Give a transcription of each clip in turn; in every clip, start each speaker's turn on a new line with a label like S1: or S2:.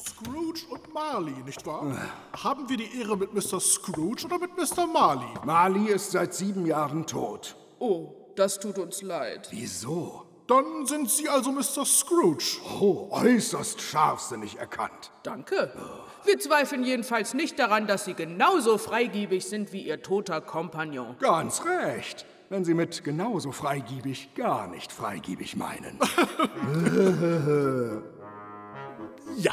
S1: Scrooge und Marley, nicht wahr? Haben wir die Ehre mit Mr. Scrooge oder mit Mr. Marley?
S2: Marley ist seit sieben Jahren tot.
S3: Oh, das tut uns leid.
S2: Wieso?
S1: Dann sind Sie also Mr. Scrooge.
S2: Oh, äußerst scharfsinnig erkannt.
S3: Danke. Wir zweifeln jedenfalls nicht daran, dass Sie genauso freigebig sind wie Ihr toter Kompagnon.
S2: Ganz recht. Wenn Sie mit genauso freigebig gar nicht freigebig meinen.
S1: Ja.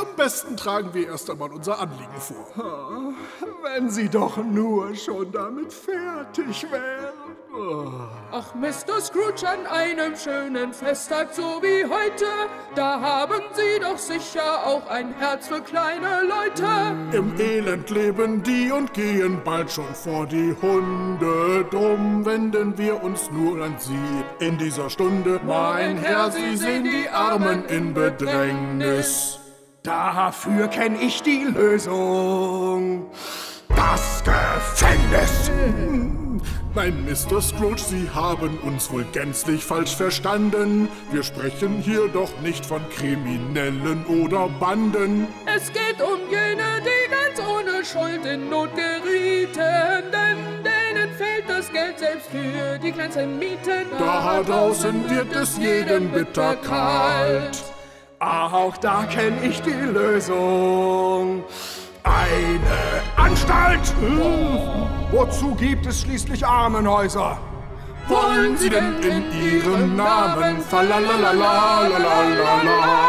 S1: Am besten tragen wir erst einmal unser Anliegen vor.
S2: Wenn Sie doch nur schon damit fertig wären. Oh.
S3: Ach, Mr. Scrooge, an einem schönen Festtag so wie heute, da haben Sie doch sicher auch ein Herz für kleine Leute.
S1: Im Elend leben die und gehen bald schon vor die Hunde. Drum wenden wir uns nur an Sie in dieser Stunde. Mein Herr, Sie sehen die Armen in Bedrängnis.
S2: Dafür kenne ich die Lösung. Das Gefängnis.
S1: Nein, Mr. Scrooge, Sie haben uns wohl gänzlich falsch verstanden. Wir sprechen hier doch nicht von Kriminellen oder Banden.
S3: Es geht um jene, die ganz ohne Schuld in Not gerieten, denn denen fehlt das Geld selbst für die kleinsten Mieten.
S1: Da draußen wird es jedem bitterkalt.
S2: Auch da kenne ich die Lösung. Eine Anstalt. Hm. Wozu gibt es schließlich Armenhäuser?
S1: Wollen Sie denn in Ihrem Namen falalalalalalalala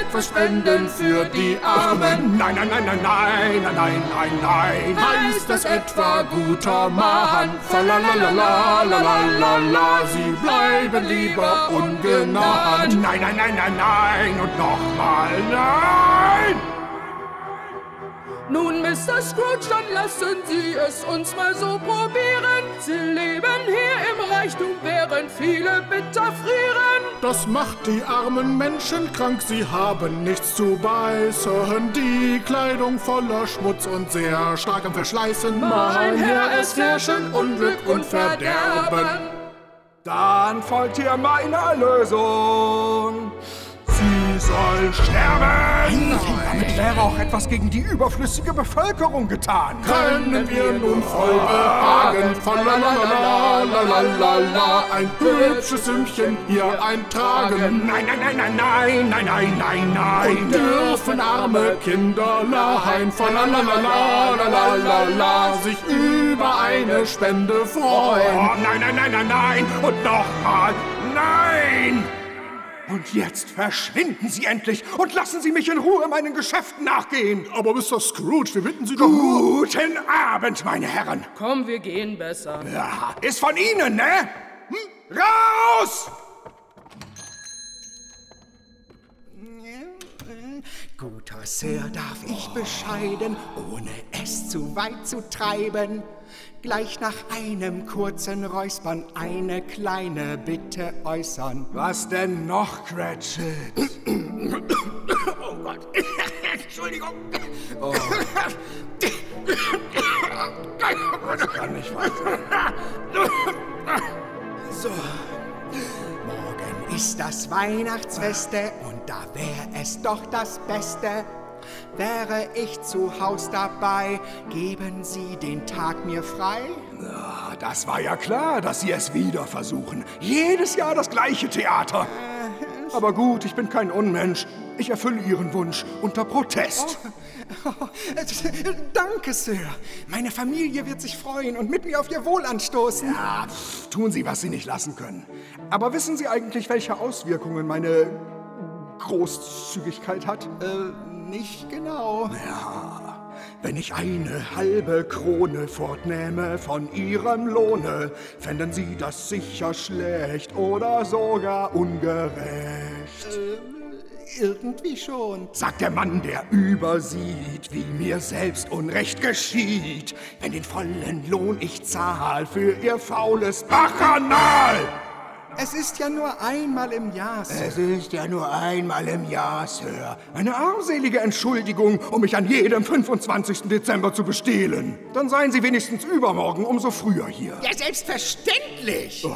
S1: etwas spenden für die Armen?
S2: Nein, nein, nein, nein, nein, nein, nein, nein, nein.
S1: Heißt das etwa guter Mann? Falalalalalalalala, Sie bleiben lieber ungenannt.
S2: Nein, nein, nein, nein, nein und nochmal nein.
S3: Nun, Mr. Scrooge, dann lassen Sie es uns mal so probieren. Sie leben hier im Reichtum, während viele bitter frieren.
S1: Das macht die armen Menschen krank, sie haben nichts zu beißen. Die Kleidung voller Schmutz und sehr stark am Verschleißen.
S3: Mein Herr, es herrschen Unglück und Verderben.
S2: Dann folgt hier meiner Lösung. Sie soll sterben. Damit wäre auch etwas gegen die überflüssige Bevölkerung getan.
S1: Können wir nun voll behagen, falalalalalalalala, ein hübsches Sümmchen hier eintragen.
S2: Nein, nein, nein, nein, nein, nein, nein, nein, nein.
S1: Dürfen arme Kinderlein, falalalalalalalala, sich über eine Spende freuen.
S2: Oh, nein, nein, nein, nein, nein. Und nochmal. Nein. Und jetzt verschwinden Sie endlich und lassen Sie mich in Ruhe meinen Geschäften nachgehen.
S1: Ah, Aber Mr. Scrooge, wir bitten Sie doch nur...
S2: Guten Abend, meine Herren.
S3: Komm, wir gehen besser.
S2: Ja, ist von Ihnen, ne? Hm? Raus!
S4: Guter Sir, darf ich bescheiden, ohne es zu weit zu treiben? Gleich nach einem kurzen Räuspern eine kleine Bitte äußern.
S2: Was denn noch, Cratchit?
S4: Oh Gott, Entschuldigung.
S2: Das kann nicht wahr
S4: Morgen ist das Weihnachtsfeste und da wär es doch das Beste. Wäre ich zu Haus dabei, geben Sie den Tag mir frei?
S2: Ah, Das war ja klar, dass Sie es wieder versuchen. Jedes Jahr das gleiche Theater. Aber gut, ich bin kein Unmensch. Ich erfülle Ihren Wunsch unter Protest.
S4: Danke, Sir. Meine Familie wird sich freuen und mit mir auf ihr Wohl anstoßen.
S2: Ah, pff, tun Sie, was Sie nicht lassen können. Aber wissen Sie eigentlich, welche Auswirkungen meine Großzügigkeit hat?
S4: Äh, Nicht genau.
S2: Wenn ich eine halbe Krone fortnähme von Ihrem Lohne, fänden Sie das sicher schlecht oder sogar ungerecht.
S4: Irgendwie schon.
S2: Sagt der Mann, der übersieht, wie mir selbst Unrecht geschieht, wenn den vollen Lohn ich zahl für Ihr faules Bacchanal.
S4: Es ist ja nur einmal im Jahr, Sir.
S2: Es ist ja nur einmal im Jahr, Sir. Eine armselige Entschuldigung, um mich an jedem 25. Dezember zu bestehlen. Dann seien Sie wenigstens übermorgen umso früher hier.
S4: Ja, selbstverständlich.